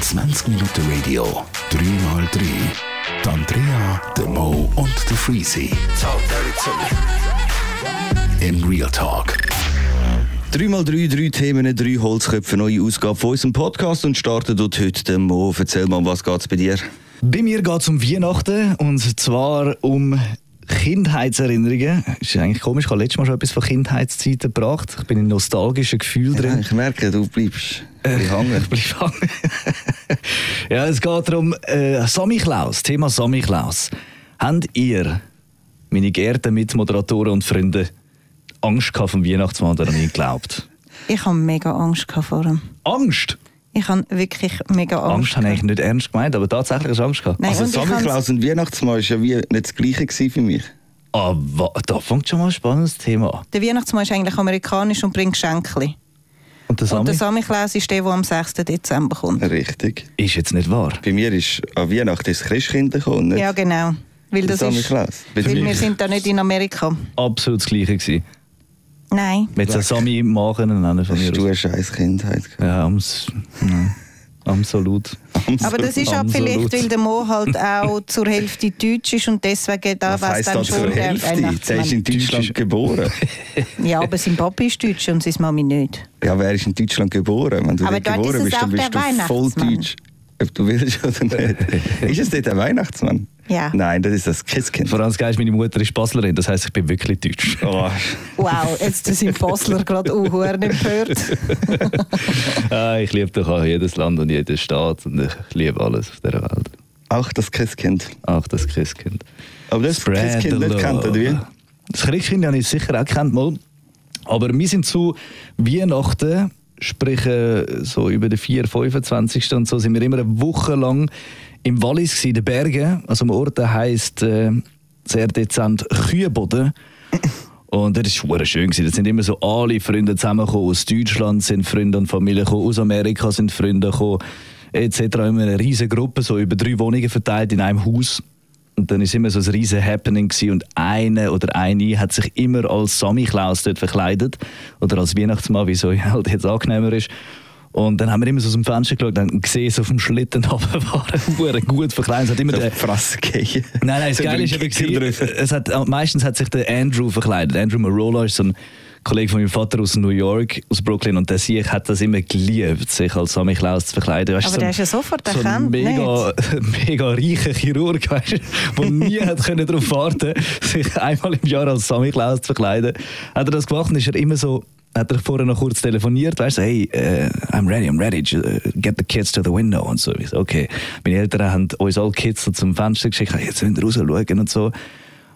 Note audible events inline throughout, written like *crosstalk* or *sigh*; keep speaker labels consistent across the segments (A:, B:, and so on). A: 20 Minuten Radio, 3x3. Die Andrea, der Mo und der Freezy. Im Real Talk.
B: 3x3, drei Themen, drei Holzköpfe, neue Ausgabe von unserem Podcast und startet dort heute den Mo. Erzähl mal, was geht's bei dir?
C: Bei mir geht es um Weihnachten und zwar um Kindheitserinnerungen. Ist eigentlich komisch, ich habe letztes Mal schon etwas von Kindheitszeiten gebracht. Ich bin in nostalgischen Gefühl
B: Ja,
C: drin.
B: ich merke, du bleibst äh,
C: Ich bleib hängen. *laughs* ja, es geht darum, äh, Sammy Klaus, Thema Sammy Klaus. Habt ihr, meine geehrten Mitmoderatoren und Freunde, Angst gehabt vom Weihnachtsmann oder an ihn geglaubt?
D: Ich habe mega Angst gehabt vor ihm.
C: Angst?
D: Ich habe wirklich mega
C: Angst
D: Angst.
C: habe ich eigentlich nicht ernst gemeint, aber tatsächlich hast du Angst gehabt.
D: Nein,
B: Also
D: und ich
B: Sammy
D: hab's-
B: Klaus und Weihnachtsmann ist ja wie nicht das Gleiche gewesen für mich.
C: Ah, wa- da fängt schon mal ein spannendes Thema an.
D: Der Weihnachtsmann ist eigentlich amerikanisch und bringt Geschenke.
C: Und der Sammy
D: Und der Sammy Klaus ist der, der am 6. Dezember
B: Äh,
D: kommt.
B: Richtig.
C: ist jetzt nicht wahr.
B: Bei mir ist an Weihnachten ist das Christkind gekommen. nicht?
D: Ja, genau. Weil
B: Der
D: das
B: Sammy
D: ist,
B: Klaus. Bei
D: weil
B: mir.
D: wir sind da nicht in Amerika.
C: Absolut das Gleiche gewesen.
D: Nein.
C: Mit den Sammy im Magen nennen von
B: Das
C: mir
B: Hast du
C: aus.
B: eine scheiß Kindheit gehabt?
C: Ja, ams, ja, absolut.
D: Aber das ist auch
C: Absolut.
D: vielleicht, weil der Mo halt auch zur Hälfte Deutsch ist und deswegen da
B: Was
D: weiss
B: heisst
D: dann
B: das für
D: schon der
B: Hälfte? Der ist
D: Weihnachtsmann.
B: in Deutschland geboren.
D: Ja, aber sein Papa ist Deutsch und seine
B: *laughs*
D: Mami nicht.
B: Ja, wer ist in Deutschland geboren? Wenn du
D: Aber
B: nicht
D: dort
B: geboren
D: ist es
B: bist, dann
D: auch
B: bist
D: der
B: du voll
D: Weihnachtsmann.
B: deutsch. Ob du willst oder
C: *laughs*
B: nicht. ist es nicht der Weihnachtsmann?
D: Ja.
B: Nein, das ist das Christkind.
C: Vor allem, das Geile ist, meine Mutter ist Baslerin, das heisst, ich bin wirklich deutsch.
B: Oh,
D: Wow, jetzt sind Basler gerade auch empört.
C: *laughs* ah, ich liebe doch auch jedes Land und jeden Staat und ich liebe alles auf dieser Welt.
B: auch das Christkind.
C: Auch das Christkind.
B: Aber das Christkind
C: the
B: nicht kennt, oder wie?
C: love. Das Christkind habe ich sicher auch kennt, mal. Aber wir sind zu Weihnachten, sprich äh, so über den 4, 25. und so, sind wir immer eine Woche lang im Wallis, gewesen, in den Bergen. Also am Ort der heisst äh, sehr dezent Küheboden. Und das war verdammt schön. gewesen. Da sind immer so alle Freunde zusammengekommen. Aus Deutschland sind Freunde und Familie gekommen, aus Amerika sind Freunde gekommen, etc. Immer eine riesige Gruppe, so über drei Wohnungen verteilt in einem Haus. Und dann war immer so ein riesen Happening gewesen. und eine oder eine hat sich immer als Sammy Klaus dort verkleidet oder als Weihnachtsmann, wie so *laughs* halt jetzt angenehmer ist. Und dann haben wir immer so aus dem Fenster geschaut und gesehen, so auf dem Schlitten *laughs* runter waren verdammt gut verkleidet. Es hat immer
B: So
C: der,
B: Frasse
C: Nein,
B: *laughs*
C: nein, das Geile ist eben, gewesen, es hat, äh, meistens hat sich der Andrew verkleidet. Andrew Marola ist so ein Kollege von meinem Vater aus New York, aus Brooklyn. Und der Sieg hat das immer geliebt, sich als Sammy Klaus zu verkleiden. Weißt,
D: Aber
C: so
D: der
C: ein-
D: ist ja sofort
C: so ein
D: erkannt,
C: mega, mega reicher Chirurg, *laughs* weißt du, der nie hat können darauf warten sich einmal im Jahr als Sammy Klaus zu verkleiden. Hat er das gemacht und ist er immer so hat er vorher noch kurz telefoniert, weißt du, hey, äh, I'm ready, I'm ready, ju- äh, get the kids to the window und so. Ich so, okay. Meine Eltern haben uns alle Kids so zum Fenster geschickt, hey, jetzt müssen wir raus schauen und so.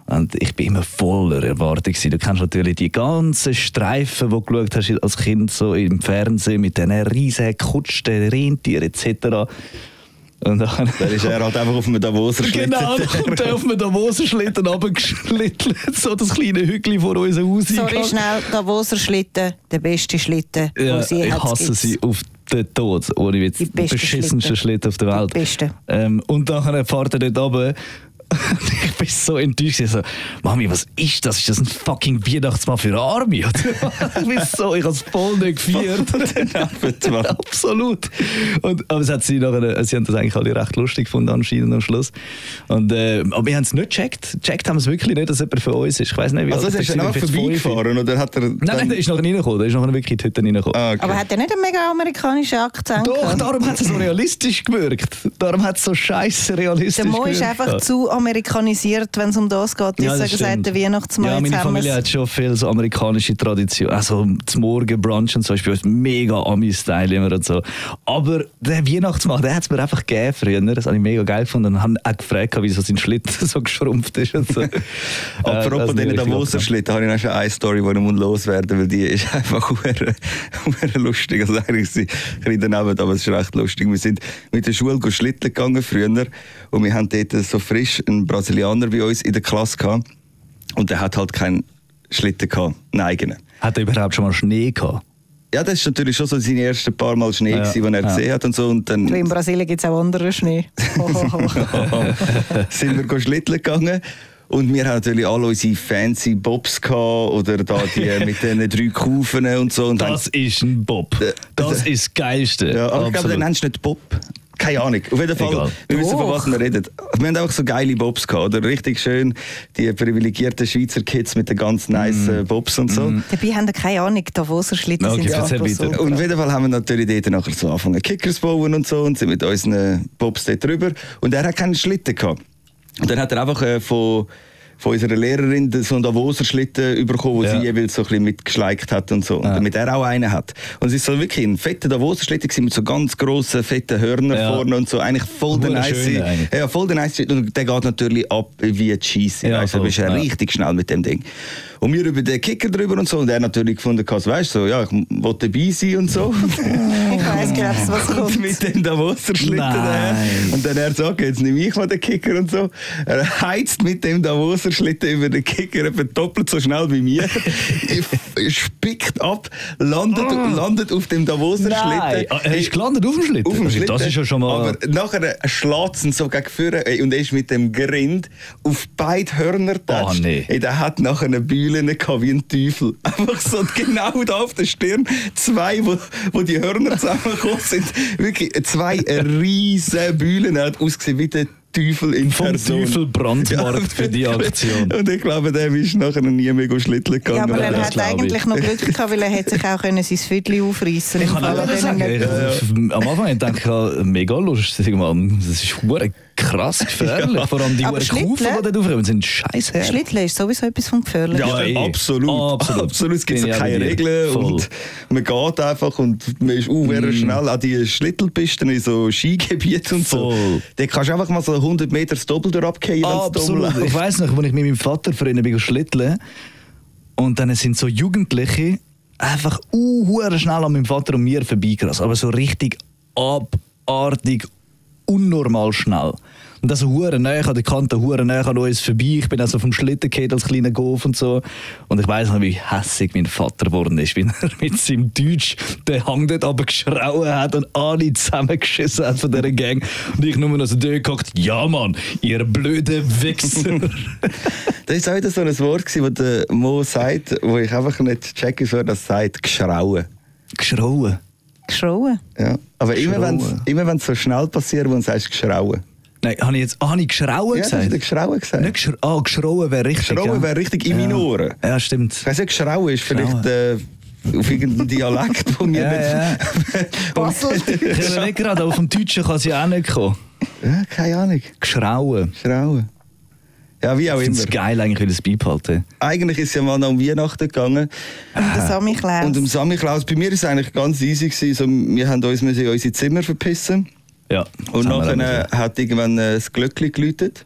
C: Und ich bin immer voller Erwartung. gewesen. Du kennst natürlich die ganzen Streifen, die du geschaut hast als Kind so im Fernsehen mit diesen riesen Kutschen, Rentieren etc. Und *laughs* dann
B: Dann ist er halt einfach auf einem
C: *laughs*
B: Davoser Schlitten. *laughs*
C: Genau, da kommt er auf den Davosenschlitten runtergeschlittelt, *laughs* so das kleine Hügel vor unser Haus
D: Sorry,
C: eingegangen.
D: schnell, Oh, Davoser Schlitten, der beste Schlitten, den
C: Ja,
D: es je
C: ich
D: hat,
C: hasse
D: gibt's.
C: sie auf den Tod, ohne Witz.
D: Die
C: Die
D: besten
C: beschissensten Schlitten auf der
D: Die
C: Welt.
D: besten.
C: Ähm, und dann fährt er dort runter. *laughs* Und ich bin so enttäuscht. Ich so, Mami, was ist das? Ist das ein fucking Weihnachtsmann für Arme? *laughs* ich bin so, ich habe es voll nicht
B: *laughs*
C: gefeiert. *laughs*
B: Abendmahl.
C: Absolut. Und, aber es hat sie, nachher, sie haben das eigentlich alle recht lustig gefunden anscheinend am Schluss. Und, äh, aber wir haben es nicht gecheckt. Gecheckt haben wir es wirklich nicht, dass jemand für uns ist. Ich weiß nicht, wie
B: Also,
C: alt
B: das
C: er
B: ist
C: war,
B: er einfach
C: vielleicht fünf.
B: vorbeigefahren oder hat er.
C: Nein, nein, der ist nachher reingekommen. Der ist nachher wirklich in die Hütte reingekommen.
B: Ah, okay.
D: Aber hat er nicht einen mega amerikanischen Akzent?
C: Doch,
D: gehabt?
C: darum hat es so realistisch gewirkt. Darum hat es so scheiße realistisch
D: Der Mo
C: gewirkt.
D: ist einfach zu amerikanisiert, wenn es um das geht. Ich sage, seit der Weihnachtsmann
C: Ja, meine
D: haben
C: Familie
D: wir's.
C: hat schon viel so amerikanische Tradition. Also zum Morgenbrunch und so ist bei uns mega Ami-Style immer und so. Aber der Weihnachtsmann, der hat es mir einfach gegeben früher. ne? Das habe ich mega geil gefunden. Und habe auch gefragt, wieso sein Schlitten *laughs* so geschrumpft ist und
B: *laughs*
C: so. Äh,
B: Apropos diesen Davoser
C: Davos
B: Schlitten, habe ich noch schon eine Story, die ich muss loswerden muss, weil die ist *laughs* einfach huere- huere lustig. Also eigentlich ist sie ein bisschen daneben, aber es ist recht lustig. Wir sind mit der Schule go schlitten gegangen früher und wir haben dort so frisch einen Brasilianer bei uns in der Klasse gehabt und der hat halt keinen Schlitten gehabt, einen eigenen.
C: Hat er überhaupt schon mal Schnee gehabt?
B: Ja, das ist natürlich schon so seine ersten paar Mal Schnee,
C: Ja,
B: ja, den er
C: ja.
B: gesehen hat und so. Und dann
C: *laughs*
D: In Brasilien gibt es auch anderen Schnee. Hohoho.
B: *laughs* sind wir go schlitteln gegangen. Und wir haben natürlich alle unsere fancy Bobs gehabt, oder da
C: *laughs*
B: die mit den drei Kufen und so. Und
C: Das ist ein Bob. Das ist das Geilste.
B: haben, Äh, ja, aber ich glaube,
C: Absolut.
B: den nennst du nicht Bob. Keine Ahnung. Auf jeden Fall,
C: Egal.
B: wir wissen, von
D: Doch.
B: was wir reden. Wir haben einfach so geile Bobs gehabt, oder? Richtig schön, die privilegierten Schweizer Kids mit den ganz
C: Mm.
B: nice äh, Bobs und so.
D: Dabei haben wir keine Ahnung, da wo sie Schlitten
C: Okay,
D: sind.
C: erzähl
D: aber
C: weiter.
D: so.
B: Und auf jeden Fall haben wir natürlich dort nachher so angefangen, Kickers bauen und so und sind mit unseren Bobs dort drüber. Und er hat keinen Schlitten gehabt. Und dann hat er einfach äh, von, von unserer Lehrerin so einen Davoser Schlitten bekommen, wo
C: Ja.
B: sie jeweils so ein bisschen mitgeschleikt hat und so. Und
C: Ah.
B: damit er auch einen hat. Und es ist so wirklich ein fetter Davoser Schlitten gewesen mit so ganz grossen, fetten Hörnern
C: Ja.
B: vorne und so. Eigentlich voll der
C: Hure
B: nice.
C: schöner eigentlich.
B: Ja, voll der nice Schlitten. Und der geht natürlich ab wie Cheese.
C: Ja,
B: Ja, also
C: voll,
B: bist du
C: ja.
B: richtig schnell mit dem Ding. Und wir über den Kicker drüber und so. Und er hat natürlich gefunden, weißt du, so, ja, ich will dabei sein und
C: *laughs*
B: so.
D: Ich weiss genau, was
B: Und
D: kommt.
B: mit dem Davoser-Schlitten her.
C: Nein.
B: Und dann er sagt, okay, jetzt nehme ich mal den Kicker und so. Er heizt mit dem Davoser-Schlitten über den Kicker etwa doppelt so schnell wie
C: *laughs*
B: mir. Er Spickt ab, landet, landet auf dem
C: Ah. Nein.
B: Davoser-Schlitten.
C: Ah, Er ist gelandet auf dem Schlitten. Also,
B: Auf dem Schlitten.
C: Das ist ja schon mal.
B: äh, Aber nachher schlägt es ihn so gegen vorne ey, und er ist mit dem Grind auf beide Hörner getatscht.
C: Oh, nee.
B: Ey, Der hat nachher eine Bühne gehabt wie ein Teufel. *laughs* Einfach so genau da auf der Stirn. Zwei, wo, wo die Hörner zusammengekommen sind. Wirklich zwei riesen Bühlen. Er hat ausgesehen wie der Teufel in
C: Vom
B: Person. *laughs*
C: Teufel brandmarkt für die Aktion.
B: Und ich glaube, der ist nachher nie mehr schlitteln gegangen.
D: Ja, aber
B: weil
D: er
C: das
D: hat
C: glaub ich.
D: eigentlich noch Glück gehabt, weil er hätte sich auch können sein Viertel aufreißen
C: Ich kann auch wieder sagen, ich, am Anfang habe ich gedacht, ja, mega lustig, Mann. Das ist hure krass gefährlich. Vor allem die
D: Aber
C: hure Kufen,
D: Schlittle?
C: die dort aufkommen, sind scheiße.
D: Schlitteln ist sowieso etwas vom Gefährlichen.
B: Ja,
C: Ja, eh.
B: absolut.
C: Absolut.
B: Absolut. Es gibt so
C: Bin ich auch
B: keine
C: bei dir.
B: Regeln
C: Voll. Mm.
B: und man geht einfach und man ist unwehr schnell an die Schlittelpisten in so Skigebieten und
C: Voll.
B: so. Da kannst du einfach mal so 100 Meter das Doppel abgehen, wenn es
C: Absolut. Ich weiss noch, als ich mit meinem Vater vorhin bin schlitteln und dann sind so Jugendliche einfach uhuere schnell an meinem Vater und mir vorbeigerast, aber so richtig abartig, unnormal schnell. Und das hure näher an der Kante, hure näher an uns vorbei. Ich bin also vom Schlitten gefallen als kleiner Golf und so. Und ich weiss noch, wie hässig mein Vater geworden ist, *laughs* wie er mit seinem Deutsch den Hang dort runtergeschrauen hat und alle zusammengeschissen hat von dieser Gang. Und ich nur noch so durchgehockt, ja Mann, ihr blöde Wichser.
B: Das war auch wieder so ein Wort, gewesen, das der Mo sagt, wo ich einfach nicht checke, wie er das sagt, geschrauen.
C: Geschrauen.
D: Geschrauen.
B: Ja. Aber immer wenn es
C: Geschrauen.
B: immer wenn's so schnell passiert, wo du sagst, geschrauen.
C: Nein, habe ich jetzt ah, habe ich geschrauen
B: Ja, das
C: gesagt?
B: hast du geschrauen gesagt.
C: Nicht geschra ah, geschrauen wäre richtig.
B: Geschrauen
C: ja.
B: wäre richtig in meinen Ohren.
C: Ja,
B: Ich
C: stimmt.
B: weiss nicht, geschrauen ist vielleicht äh, auf irgendeinen Dialekt, wo wir
C: Ja,
B: *laughs* nicht...
D: Basel.
C: *laughs* Ich habe nicht gerade, aber vom Deutschen kann sie auch nicht kommen.
B: ja, keine Ahnung.
C: Geschrauen.
B: Schrauen. Ja, wie auch
C: Ich finde
B: immer.
C: es geil, eigentlich, wie das beibehalten.
B: Eigentlich ist es ja mal noch um Weihnachten gegangen.
D: Und
C: Äh,
D: der Sami Klaus.
B: Und um Samichlaus, bei mir ist es eigentlich ganz easy. Gewesen. So, wir haben uns müssen in unsere Zimmer verpissen.
C: Ja.
B: Und
C: das haben wir
B: nachher
C: auch
B: hat irgendwann äh, das Glöckchen geläutet.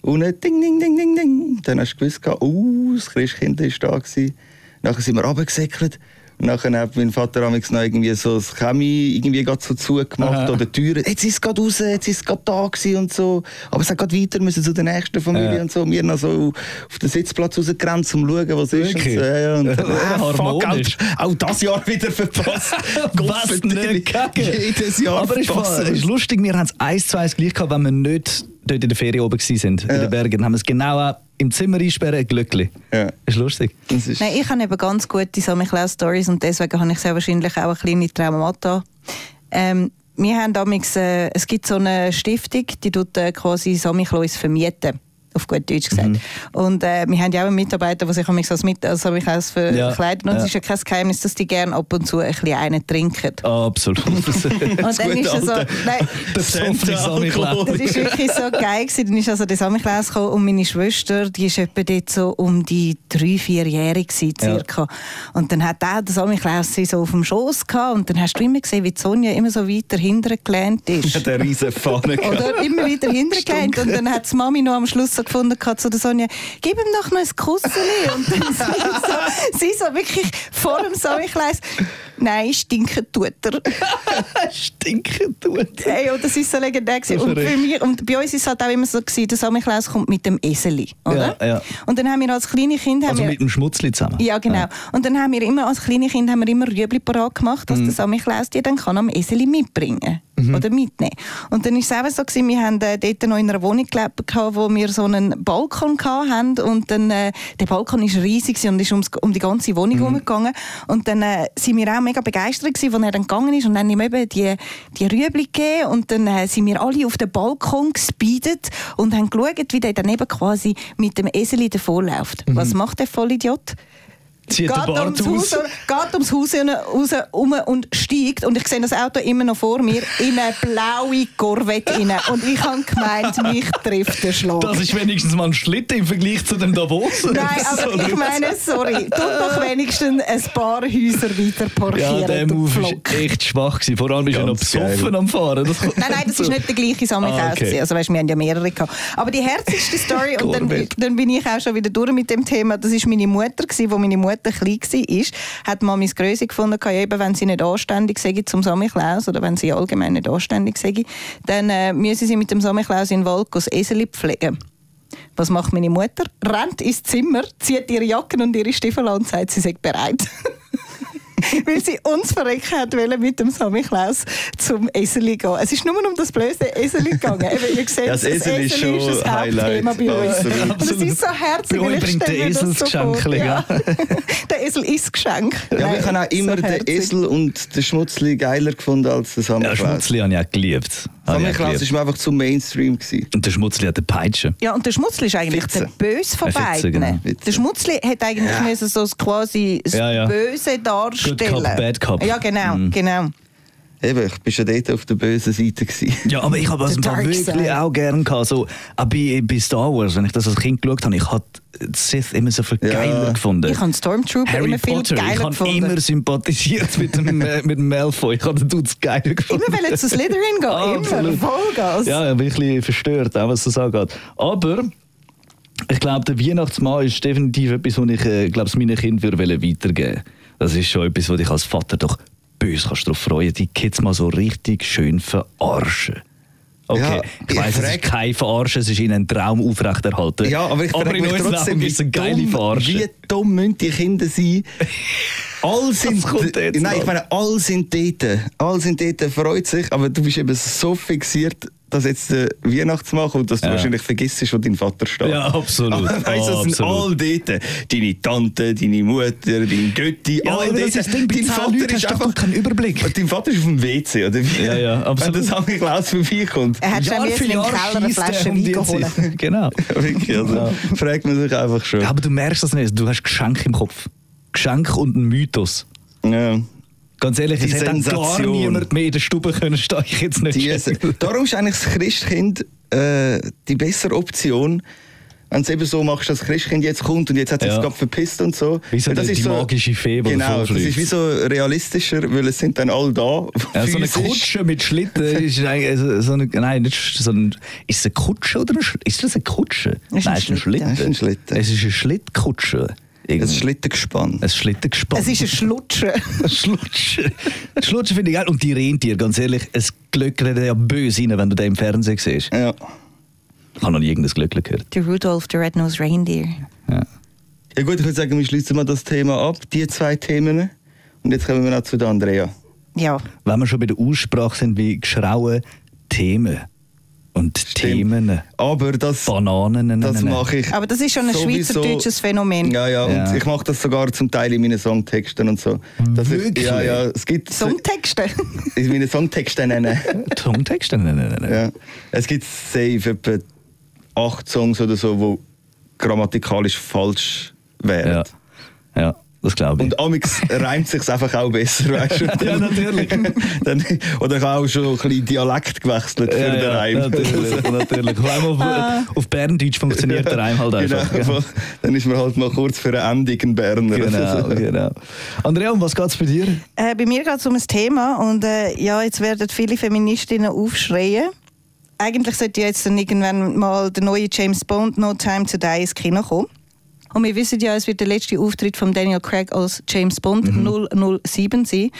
B: Und dann ding, ding, ding, ding, ding. Dann hast du gewusst, gehabt, uh, das Christkind ist da. Gewesen. Nachher sind wir runtergesäckelt. Nachher hat mein Vater amigs noch irgendwie so das Chemie irgendwie grad so zugemacht
C: Aha.
B: oder Türen. Jetzt ist es gerade raus, jetzt ist es gerade da gewesen und so. Aber es hat gerade weiter müssen zu der nächsten Familie
C: Ja.
B: und so. Wir noch so auf den Sitzplatz rausgerannt, um zu schauen, was ist.
C: Wirklich?
B: Und, so. Ja, ja, und
C: *laughs*
B: dann, ah,
C: Harmonisch.
B: fuck, auch, auch das Jahr wieder *laughs* verpasst.
C: *laughs* *laughs* Was nicht gegen.
B: Jedes Jahr
C: Aber es
B: verpasst.
C: ist, ist lustig, wir haben es eins zu eins gleich gehabt, wenn wir nicht dort in der Ferien oben waren, in
B: Ja.
C: den Bergen. Dann haben wir es genau auch im Zimmer einsperren, glücklich.
B: Ja.
C: Ist lustig.
B: Das ist-
D: Nein, ich habe eben ganz gute Sammy Klaus Stories und deswegen habe ich sehr wahrscheinlich auch eine kleine Traumata. Ähm, wir haben damals, äh, es gibt so eine Stiftung, die tut äh, quasi Sammy Klaus vermieten. Auf gut Deutsch gesagt.
C: Mhm.
D: Und äh, wir haben ja auch einen Mitarbeiter, der sich manchmal als, mit, als Sammy Klaus verkleidet. Und
C: ja.
D: es ist ja kein Geheimnis, dass die gerne ab und zu ein bisschen einen trinken.
C: *laughs* Absolut.
D: Und dann
B: gute
D: ist er so,
B: alte-
D: nein,
C: Der besoffene Sammy Klaus.
D: Das ist wirklich so geil gewesen. Dann ist also der Samichlaus gekommen und meine Schwester, die ist etwa dort so um die drei, vierjährige gewesen,
C: Ja.
D: circa. Und dann hat auch der Samichlaus sie so auf dem Schoß gehabt und dann hast du immer gesehen, wie die Sonja immer so weiter hinten gelernt ist.
B: hat eine riesen Fahne gehabt.
D: Oder immer wieder hintergelehnt. Und dann hat die Mami noch am Schluss so gefunden gehabt, zu der Sonja, gib ihm doch noch ein Kusseli. Und dann *laughs* sie so, sie so wirklich vor dem Samichlaus, nein, stinken tut er.
B: *laughs*
C: Stinkend tut.
D: Hey, und das ist so legendär. gewesen.
C: Das ist
D: Und, für
C: verrückt.
D: mich, und bei uns war es halt auch immer so, gewesen, der Samichlaus kommt mit dem Eseli. Oder?
C: Ja, ja.
D: Und dann haben wir als kleine Kinder...
C: Also
D: haben wir,
C: mit dem Schmutzli zusammen.
D: ja, genau. Und dann haben wir immer als kleine Kinder haben wir immer Rüebli parat gemacht, dass der Samichlaus die dann kann am Eseli mitbringen oder mitnehmen. Und dann war es eben so, gewesen, wir haben äh, dort noch in einer Wohnung gelebt, gehabt, wo wir so einen Balkon hatten und dann, äh, der Balkon war riesig gewesen und ist ums, um die ganze Wohnung herumgegangen und dann äh, sind wir auch mega begeistert gewesen, als er dann gegangen ist und dann haben ihm eben die, die Rüebli gegeben und dann äh, sind wir alle auf den Balkon gespeedet und haben geschaut, wie der dann eben quasi mit dem Eseli davonläuft. Was macht der Vollidiot?
C: Zieht den Bart aus.
D: ums Haus, geht ums Haus hin- raus um und steigt und ich sehe das Auto immer noch vor mir in eine blaue Corvette rein. und ich habe gemeint, mich trifft der Schlag.
C: Das ist wenigstens mal ein Schlitten im Vergleich zu dem Davos. *laughs*
D: Nein,
C: So
D: aber ich
C: nicht.
D: meine, sorry, tut doch wenigstens ein paar Häuser weiter parkieren.
C: Ja, der
D: du
C: Move
D: Pflock.
C: war echt schwach. Gewesen. Vor allem ist er noch
B: Ganz geil.
C: besoffen am Fahren.
D: Nein, nein, das ist nicht der gleiche Sammelfeld.
C: Ah, okay.
D: gewesen. Also weißt, wir haben ja mehrere gehabt. Aber die herzigste Story, und dann,
C: Gourmet.
D: dann bin ich auch schon wieder durch mit dem Thema, das ist meine Mutter gewesen, wo meine Mutter klein war, ist, hat Mamis Größe gefunden, gehabt, eben, wenn sie nicht anständig sei zum Sammelklaus oder wenn sie allgemein nicht anständig sei, dann äh, müssen sie mit dem Sammelklaus in den Wald gehen, das Eseli pflegen. Was macht meine Mutter? Rennt ins Zimmer, zieht ihre Jacken und ihre Stiefel an und sagt, sie sei bereit. *laughs* Weil sie uns verrecken hat wollen mit dem Sammy Klaus zum Eseli gehen. Es ist nur um das blöde Eseli gegangen. Eben, ihr seht,
B: Das Eseli ist schon
D: das Hauptthema
B: Highlight.
D: bei uns.
B: Absolut.
D: Und es ist so
C: Bei
D: herzig. weil
C: euch
D: ich
C: bringt
D: stelle
C: der
D: mir das
C: Esel das
D: so vor.
C: Geschenk,
D: Ja.
C: ja.
D: *laughs* Der Esel ist das Geschenk.
B: Ja, aber
D: Nein,
B: ich habe auch immer
D: so
B: den
D: herzig.
B: Esel und den Schmutzli geiler gefunden als den
C: Ja,
B: Sammelklaus.
C: Schmutzli Ah, habe ich auch geliebt. Habe ich auch
B: Sammelklaus
C: geliebt.
B: ist mir einfach zu Mainstream. Gewesen.
C: Und der Schmutzli hat eine Peitsche.
D: Ja, und der Schmutzli ist eigentlich
B: Fitze.
D: der Böse von
C: Äh, Fitze,
D: beiden.
C: genau.
D: Der Schmutzli hätte eigentlich müssen so das quasi das
C: Ja, ja.
D: Böse darstellen.
C: Cup, Bad Cup. Mhm.
D: Ja, genau, genau.
B: Eben, ich war schon dort auf der bösen Seite.
C: *laughs*
B: Gewesen.
C: Ja, aber ich habe das
D: The
C: im Fall
D: dark
C: wirklich
D: side.
C: auch gern gehabt. So, auch bei, bei Star Wars, wenn ich das als Kind geschaut habe, ich habe die Sith immer so viel
B: Ja.
C: geiler gefunden.
D: Ich habe Stormtrooper
C: Harry
D: immer viel
C: Potter,
D: geiler
C: ich habe
D: gefunden.
C: immer sympathisiert mit dem, äh, mit dem Malfoy. Ich habe den Dudes geiler gefunden.
D: Immer wollen
C: *laughs*
D: zu Slytherin gehen.
C: Ah,
D: immer.
C: absolut.
D: Vollgas.
C: Ja, ich bin ein bisschen verstört, auch was das angeht. Aber ich glaube, der Weihnachtsmann ist definitiv etwas, was ich äh, glaub, meinen Kindern würde weitergeben wollen. Das ist schon etwas, wo dich als Vater doch böse kannst darauf freuen die Kids mal so richtig schön verarschen. Okay,
B: Ja,
C: ich
B: ich
C: weiss, es
B: frag-
C: ist kein Verarschen, es ist ihnen ein Traum aufrechterhalten.
B: Ja, aber ich
C: aber
B: frage
C: in
B: mich
C: unserem
B: trotzdem,
C: Leben ist es
B: wie
C: eine geile
B: dumm,
C: Verarsche.
B: wie dumm müssen die Kinder
C: *laughs*
B: sein? All sind,
C: kommt jetzt
B: nein,
C: noch.
B: ich meine, all sind dort. All sind dort, freut sich, aber du bist eben so fixiert, dass jetzt der Weihnachtsmann kommt, dass du
C: Ja.
B: wahrscheinlich vergisst, wo dein Vater steht.
C: Ja, absolut.
B: Aber weißt du, das
C: Ah,
B: sind all
C: absolut.
B: dort. Deine Tante, deine Mutter, dein Götti,
C: Ja,
B: all
C: aber das
B: dort.
C: ist das Ding, bei
B: Dein
C: zehn
B: Vater
C: Leuten
B: ist
C: hast du doch
B: einfach-
C: keinen Überblick.
B: Dein Vater ist auf dem WC, oder wie?
C: Ja, ja, absolut.
B: Wenn das Sammelklaus vorbeikommt.
C: Äh.
D: Er hat schon
C: Jahr für
D: müssen im
C: Jahr
D: Keller eine
C: scheisst der
D: Flasche
C: um
D: Wein
C: die
D: holen.
C: Zeit. *laughs* Genau.
B: *laughs* Wirklich, also, fragt man sich einfach schon.
C: Ja, aber du merkst das nicht. Du hast Geschenk im Kopf. Geschenk und ein Mythos.
B: Ja.
C: Ganz ehrlich,
B: Die
C: es hätte dann gar
B: Sensation.
C: niemand mehr in der Stube können stehen. Ich jetzt nicht. *laughs*
B: Die, äh, darum ist eigentlich das Christkind äh, die bessere Option, wenn du es eben so machst, dass das Christkind jetzt kommt und jetzt hat es
C: Ja.
B: sich gerade verpisst und so.
C: Wie so
B: Weil das
C: die- die magische Fee, die
B: Genau, das
C: davonfliegt.
B: ist wie so realistischer, weil es sind dann alle da.
C: ja, so eine
B: physisch.
C: Kutsche mit Schlitten ist eigentlich so- so eine, nein, nicht so ein, ist es eine Kutsche oder ein, Sch- ist das eine Kutsche?
D: Es ist
C: nein,
D: ein
C: es ist ein Schlitten.
D: Schlitten.
B: Es ist ein Schlitten.
C: Es ist eine Schlittkutsche.
B: Es
C: Irgendwie.
B: ist Schlittengespann.
C: Ein Schlittengespann.
D: Es ist
C: *laughs*
D: ein Schlutschen.
C: Schlutschen. Schlutschen finde ich geil. Und die Rentier, ganz ehrlich, es glöckert ja böse rein, wenn du den im Fernsehen siehst.
B: Ja.
C: Ich habe noch nie irgendein Glöckchen gehört.
D: Der Rudolph, der Red-Nosed Reindeer.
B: ja gut, ich würde sagen, wir schließen mal das Thema ab, die zwei Themen. Und jetzt kommen wir noch zu der Andrea.
D: Ja.
C: wenn wir schon bei der Aussprache sind, wie geschrauen Themen und Themen.
B: Aber das,
C: Bananen. ne,
B: das mache ich
D: Aber das ist schon ein
B: sowieso-
D: schweizerdeutsches Phänomen.
B: Ja, ja,
C: Ja.
B: und ich mache das sogar zum Teil in meinen Songtexten und so. Dass Ich,
C: Wirklich?
B: ja, ja, es gibt...
D: Songtexte.
B: in meinen Songtexten nennen.
C: *laughs* Songtexte? Nein, nein, nein.
B: ja. Es gibt safe etwa acht Songs oder so, die grammatikalisch falsch wären.
C: Ja. ja, das glaube ich.
B: Und amix reimt sich einfach auch besser, weißt du?
C: *laughs* Ja, natürlich.
B: Dann, oder ich habe auch schon ein bisschen Dialekt gewechselt für
C: ja,
B: den
C: ja,
B: Reim. *laughs*
C: natürlich, natürlich. Vor allem auf,
D: Ah.
C: auf Berndeutsch funktioniert der
B: *laughs*
C: Reim halt einfach.
B: Genau,
C: gell?
B: Dann ist man halt mal kurz für einen endigen Berner. *laughs*
C: Genau, genau. Andrea, um was geht es bei dir?
D: Äh, bei mir geht es um ein Thema und äh, ja, jetzt werden viele Feministinnen aufschreien. Eigentlich sollte ja jetzt dann irgendwann mal der neue James Bond No Time to Die ins Kino kommen. Und wir wissen ja, es wird der letzte Auftritt von Daniel Craig als James Bond
C: Mhm.
D: 007 sein.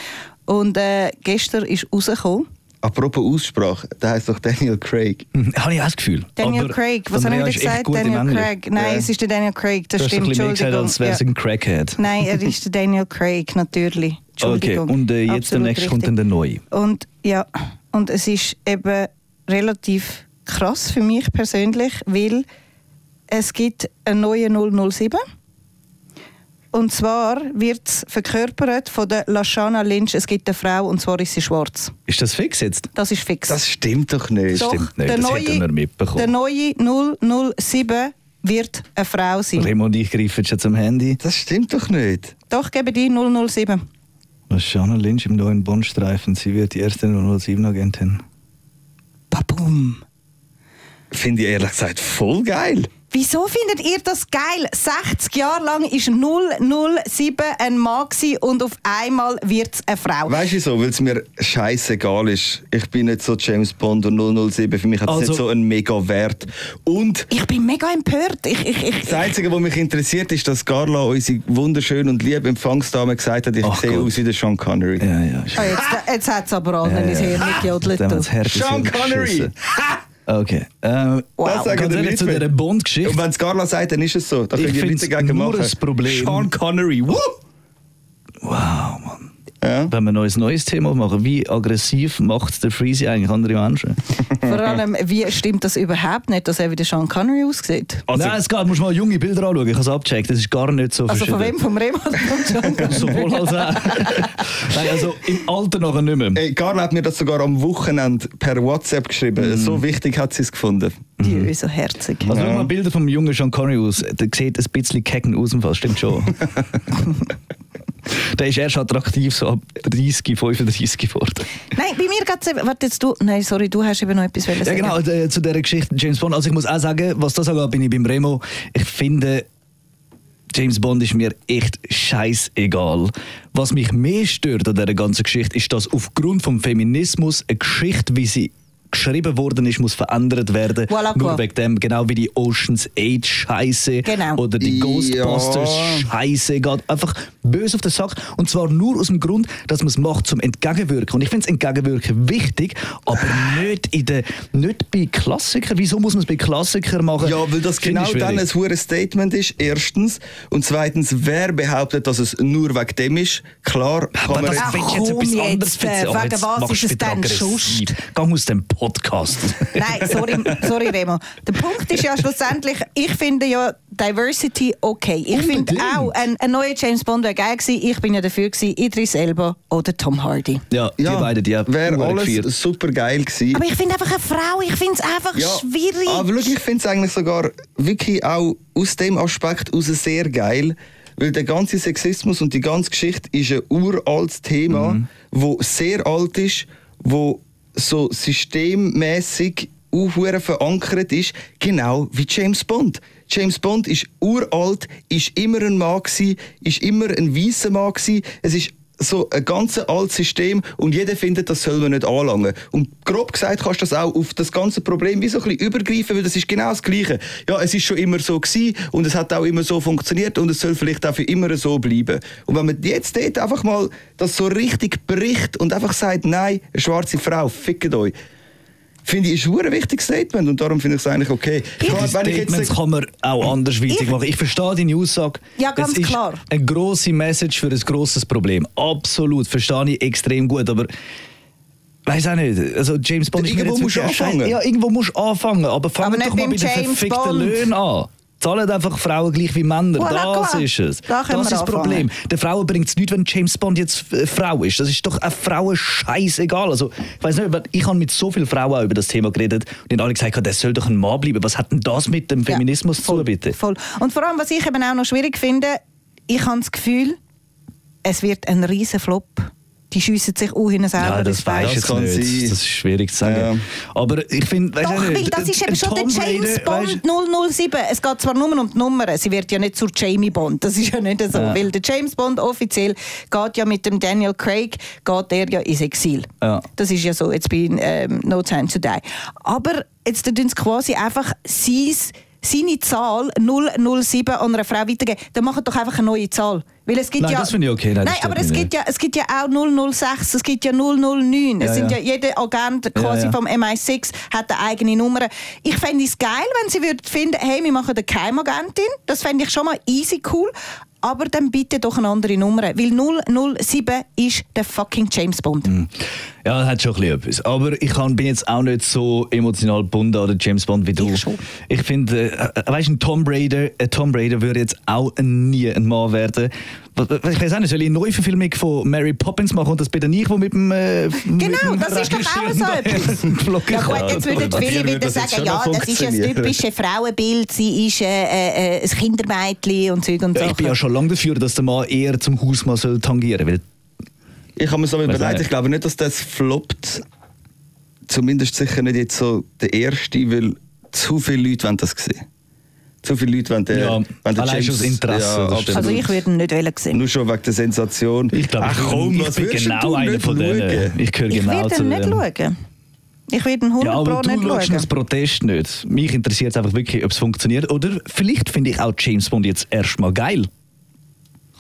D: Und äh, gestern ist rausgekommen,
B: Apropos Aussprache, der heißt doch Daniel Craig.
C: Hm, Habe ich auch das Gefühl.
D: Daniel
C: Aber
D: Craig, was haben
C: Andrea
D: wir
C: ist echt
D: gesagt?
C: gut im
D: Daniel
C: Englisch.
D: Craig. Nein,
B: Ja.
D: es ist der Daniel Craig, das
C: Du hast ein
D: stimmt.
C: bisschen mehr gesagt,
D: Entschuldigung.
C: als wäre es
D: Ja.
C: ein Crackhead.
D: Nein,
C: *laughs*
D: er ist der Daniel Craig, natürlich.
C: Okay,
D: Entschuldigung.
C: und äh, jetzt
D: Absolut
C: demnächst kommt
D: richtig.
C: dann der neue.
D: Und ja, Und es ist eben relativ krass für mich persönlich, weil es gibt einen neuen 007. Und zwar wird es verkörpert von der Lashana Lynch. Es gibt eine Frau und zwar ist sie schwarz.
C: Ist das fix jetzt?
D: Das ist fix.
B: Das stimmt doch nicht.
C: Doch. stimmt nicht,
D: der
C: das hätten wir mitbekommen.
D: Der neue 007 wird eine Frau sein.
C: Remo und ich greifen schon zum Handy.
B: Das stimmt doch nicht.
D: Doch, gebe die 007.
C: Was ist Jana Lynch im neuen Bond-Streifen? Sie wird die erste 007-Agentin.
D: Babum.
B: Finde ich ehrlich gesagt voll geil.
D: Wieso findet ihr das geil? 60 Jahre lang ist 007 ein Mann gewesen und auf einmal wird es eine Frau.
B: Weißt du so, weil es mir scheißegal ist. Ich bin nicht so James Bond und 007. Für mich hat es
C: Also-
B: nicht so einen mega Wert. Und
D: Ich bin mega empört. Ich, ich, ich.
B: das Einzige, was mich interessiert, ist, dass Carla, unsere wunderschöne und liebe Empfangsdame, gesagt hat, ich
C: Ach
B: sehe
C: Gott.
B: aus wie der Sean Connery.
C: Ja, ja.
D: Ah, jetzt jetzt hat es aber alle ins Hirn gejodelt.
C: Dem hat's
D: du.
C: Herz
B: Sean
C: geschissen.
B: Connery!
C: Okay. Ähm,
D: Wow.
B: Das sagen
C: ganz
B: die
C: ehrlich,
B: Leute
C: zu
B: mir.
C: dieser Bond-Geschichte.
B: Und wenn es Carla sagt, dann ist es so. Da
C: Ich
B: können wir
C: find's
B: nichts dagegen
C: nur
B: machen.
C: ein Problem.
B: Sean Connery, woo!
C: Wow, Mann.
B: Ja.
C: Wenn wir noch ein neues Thema machen, wie aggressiv macht der Freezy eigentlich andere Menschen?
D: Vor allem, wie stimmt das überhaupt nicht, dass er wie der Sean Connery aussieht?
B: Also-
C: Nein, es geht, musst mal junge Bilder anschauen. Ich habe es abgecheckt, das ist gar nicht so
D: Also von
C: verschieden.
D: wem? Vom Remo oder vom Sean
C: *laughs*
D: Connery?
C: Sowohl als auch. Nein, also im Alter nachher nicht mehr.
B: Ey, Carla hat mir das sogar am Wochenende per WhatsApp
C: Mhm.
B: geschrieben. So wichtig hat sie es gefunden.
D: Die ist so herzig.
C: Also wenn man Bilder vom jungen Sean Connery aus, der sieht ein bisschen kecken aus dem Fall, stimmt schon. der ist erst attraktiv, so ab 30, 35 geworden.
D: Nein, bei mir geht es eben... Warte jetzt, du... Nein, sorry, du hast eben noch etwas wollen
C: Ja
D: sagen.
C: genau, äh, zu dieser Geschichte James Bond. Also ich muss auch sagen, was das angeht, bin ich beim Remo. Ich finde, James Bond ist mir echt scheißegal. Was mich mehr stört an dieser ganzen Geschichte, ist, dass aufgrund vom Feminismus eine Geschichte, wie sie geschrieben worden ist, muss verändert werden.
D: Voilà,
C: Nur
D: quoi.
C: wegen dem, genau wie die Oceans 8 Scheiße
D: Genau.
C: oder die
B: Ja.
C: Ghostbusters Scheiße geht einfach böse auf den Sack. Und zwar nur aus dem Grund, dass man es macht zum Entgegenwirken. Und ich finde das Entgegenwirken wichtig, aber nicht, in der, nicht bei Klassikern. Wieso muss man es bei Klassikern machen?
B: Ja, weil das
C: Finde
B: genau
C: ich
B: dann
C: schwierig.
B: ein hohes Statement ist, erstens. Und zweitens, wer behauptet, dass es nur wegen dem ist? Klar, kann
C: Aber
B: man...
C: das
D: Ach,
C: willst du jetzt
D: komm
C: etwas
D: jetzt,
C: anderes
D: äh,
C: erzählen. Ach,
D: wegen
C: jetzt
D: was
C: machst
D: ist
C: du
D: es
C: wieder
D: denn
C: aggressiv.
D: schust?
C: Geh aus dem Podcast.
D: Nein, sorry, sorry Remo. Der Punkt ist ja schlussendlich, ich finde ja Diversity okay. Ich finde
C: Unbedingt.
D: auch, ein, ein neuer James Bond wäre geil gewesen. Ich bin ja dafür gewesen, Idris Elba oder Tom Hardy.
C: ja, die beiden, die haben
B: wäre
C: Uhren
B: alles
C: gefeiert.
B: super geil gewesen.
D: Aber ich finde einfach eine Frau, ich finde es einfach schwierig.
B: Aber schau, ich finde es eigentlich sogar wirklich auch aus dem Aspekt heraus sehr geil, weil der ganze Sexismus und die ganze Geschichte ist ein uraltes Thema, wo sehr alt ist, wo so systemmäßig hure verankert ist, genau wie James Bond. James Bond ist uralt, ist immer ein Mann gsi, ist immer ein weißer Mann gsi. Es ist so ein ganz altes System und jeder findet, das soll man nicht anlangen. Und grob gesagt kannst du das auch auf das ganze Problem wie so ein bisschen übergreifen, weil das ist genau das Gleiche. Ja, es ist schon immer so gewesen und es hat auch immer so funktioniert und es soll vielleicht auch für immer so bleiben. Und wenn man jetzt dort einfach mal das so richtig bricht und einfach sagt, nein, eine schwarze Frau, fickt euch, finde ich, ist ein verdammt wichtiges Statement und darum finde ich es eigentlich okay. Klar,
C: Die Statements kann man auch andersweitig
D: Ich-
C: machen. Ich verstehe deine Aussage.
D: Ja, ganz
C: es ist
D: klar.
C: Eine grosse Message für ein grosses Problem. Absolut. Verstehe ich extrem gut. Aber weiß auch nicht. Also James Bond ist mir
B: Irgendwo
C: jetzt
B: musst du
C: wirklich ein
B: anfangen.
C: Scheiß- Ja, irgendwo musst du anfangen. Aber fang
D: Aber
C: doch
D: nicht
C: mal
D: beim
C: bei den
D: James
C: verfickten
D: Bond.
C: Löhnen an. Zahlen einfach Frauen gleich wie Männer.
D: Voilà,
C: das
D: klar.
C: ist es.
D: Da können
C: das
D: wir
C: ist das Problem.
D: anfangen.
C: Der Frauen bringt es nichts, wenn James Bond jetzt äh, Frau ist. Das ist doch eine Frauen scheißegal. Also, ich weiß nicht, aber ich habe mit so vielen Frauen auch über das Thema geredet und die haben alle gesagt, oh, das soll doch ein Mann bleiben. Was hat denn das mit dem
D: Ja,
C: Feminismus zu
D: voll,
C: tun, bitte?
D: Voll. Und vor allem, was ich eben auch noch schwierig finde, ich habe das Gefühl, es wird ein riesen Flop. Die schiessen sich auch hin selber.
C: Ja, das
D: ins
C: weiß ich
D: Bein.
B: Das
C: jetzt
B: kann
C: nicht.
B: sein.
C: Das ist schwierig zu sagen. Aber ich finde,
D: Doch, weil das ist eben schon der James Bond 007. Es geht zwar nur um die Nummer, sie wird ja nicht zur Jamie Bond. Das ist ja nicht so.
C: Ja.
D: Weil der James Bond offiziell geht ja mit dem Daniel Craig, geht er ja ins Exil.
C: Ja.
D: Das ist ja so, jetzt bei ähm, No Time to Die. Aber jetzt tun sie quasi einfach sie's, seine Zahl 007 an einer Frau weitergeben. Dann machen doch einfach eine neue Zahl. Weil es gibt
C: Nein,
D: ja,
C: das finde ich okay. Nein, das
D: Nein,
C: stört
D: aber
C: mich
D: es
C: nicht.
D: gibt, ja, es gibt ja auch 006, es gibt ja 009.
C: Ja,
D: es sind
C: ja.
D: ja, jeder Agent quasi
C: ja.
D: vom MI6 hat eine eigene Nummer. Ich fände es geil, wenn sie würden finden, hey, wir machen eine Geheimagentin. Das fände ich schon mal easy cool. aber dann bitte doch eine andere Nummer, weil 007 ist der fucking James Bond.
C: Mhm. Ja, hat schon ein bisschen etwas. Aber ich kann, bin jetzt auch nicht so emotional gebunden an den James Bond wie du.
D: Ich schon.
C: Ich finde, äh, äh, weißt du, ein Tom Brady, ein Tom Brady würde jetzt auch nie ein Mann werden. Was- was- Ich weiß auch nicht, soll ich eine Neuverfilmung von Mary Poppins machen und das bin dann ich, der mit dem. Äh,
D: Genau, das ist doch auch so
C: *laughs*
D: etwas. Ja gut, jetzt würden
B: Bei dir
D: viele
B: würde
D: wieder
B: das jetzt
D: sagen,
B: schon
D: ja,
B: noch
D: das ist ein
B: funktionieren.
D: typisches Frauenbild, sie ist äh, äh, ein Kindermädchen und Zeug und
C: Ja,
D: so.
C: ich bin ja schon lange dafür, dass der Mann eher zum Hausmann soll tangieren soll.
B: Ich habe mir so überlegt,
C: nicht.
B: ich glaube nicht, dass das floppt. Zumindest sicher nicht jetzt so der erste, weil zu viele Leute wollen das sehen. Zu viele Leute wollen den,
C: Ja,
B: wollen den
C: allein schon aus Interesse,
B: Ja,
C: das
B: absolut.
C: stimmt.
D: also ich würde ihn nicht wollen sehen.
B: Nur schon wegen der Sensation.
C: Ich glaube,
B: Ach komm,
C: ich,
B: was
C: bin
B: würdest
C: genau
B: du
C: einer
B: nicht
C: von denen.
B: schauen?
C: Ich gehöre
D: Ich
C: genau
D: würde
C: zu
D: ihn nicht
C: denen.
D: schauen. Ich würde ihn 100
C: Ja, aber
D: Pro
C: du
D: nicht
C: schaust
D: schauen.
C: das Protest nicht. Mich interessiert es einfach wirklich, ob es funktioniert. Oder vielleicht finde ich auch James Bond jetzt erstmal geil.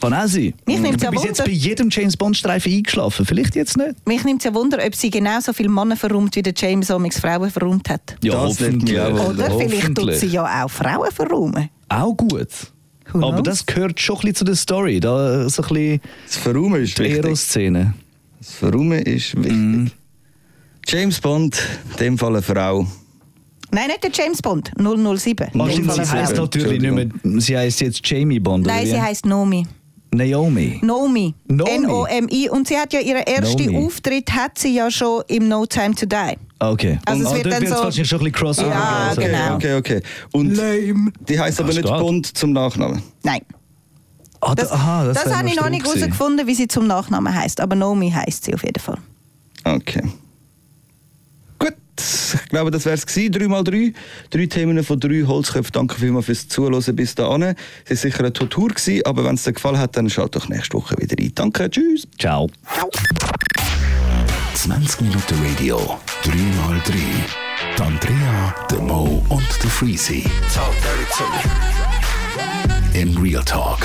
C: Kann auch sein.
D: Mich nimmt's
C: ich bin
D: ja
C: bis jetzt
D: Wunder.
C: bei jedem James Bond-Streifen eingeschlafen. Vielleicht jetzt nicht.
D: Mich nimmt es ja Wunder, ob sie genauso viele Männer verrummt, wie der James Omix Frauen verrummt hat.
C: Ja,
B: Das nimmt mich auch Wunder.
D: Oder vielleicht tut
C: Hoffentlich.
D: sie ja auch Frauen verrummen.
C: Auch gut.
D: Who
C: Aber
D: knows?
C: das gehört schon ein bisschen zu der Story. Da so ein bisschen
B: Das Verraumen ist
C: die
B: wichtig.
C: Eros-Szene.
B: Das Verraumen ist wichtig.
C: Mhm.
B: James Bond, in dem Fall eine Frau.
D: Nein, nicht der James Bond,
C: Ah,
D: 007. In dem
C: stimmt,
D: Fall
C: Sie
D: eine
C: heisst
D: Frau.
C: natürlich nicht mehr, sie heisst jetzt Jamie Bond.
D: Nein,
C: oder wie?
D: sie heißt Nomi.
C: Naomi.
D: Nomi.
C: Nomi.
D: N-O-M-I. Und sie hat ja ihren ersten
C: Nomi.
D: Auftritt hat sie ja schon im No Time to Die.
C: Okay.
D: Also
C: Und-
D: es
C: ah,
D: wird
C: dort
D: dann
C: wird's
D: so-
C: wahrscheinlich schon ein bisschen Crossover.
D: Ja,
C: geben.
B: okay,
D: genau.
B: okay, okay. Und
C: Also, Lame.
B: die heisst aber
C: Das
B: nicht
C: geht.
B: Bond zum Nachnamen.
D: Nein.
C: Ah, da,
D: Das,
C: aha, das
D: das,
C: wär
D: habe ich noch nicht
C: strub gewesen.
D: herausgefunden, wie sie zum Nachnamen heißt. Aber Nomi heißt sie auf jeden Fall.
B: Okay. Gut, ich glaube, das wäre es gewesen. 3x3. Drei Themen von drei Holzköpfen. Danke vielmals fürs Zuhören bis dahin. Es war sicher eine Tortur, gewesen, aber wenn es dir gefallen hat, dann schaut doch nächste Woche wieder ein. Danke, tschüss.
C: Ciao.
A: 20 Minuten Radio, 3x3. Die Andrea, der Mo und der Freezy. In Real Talk.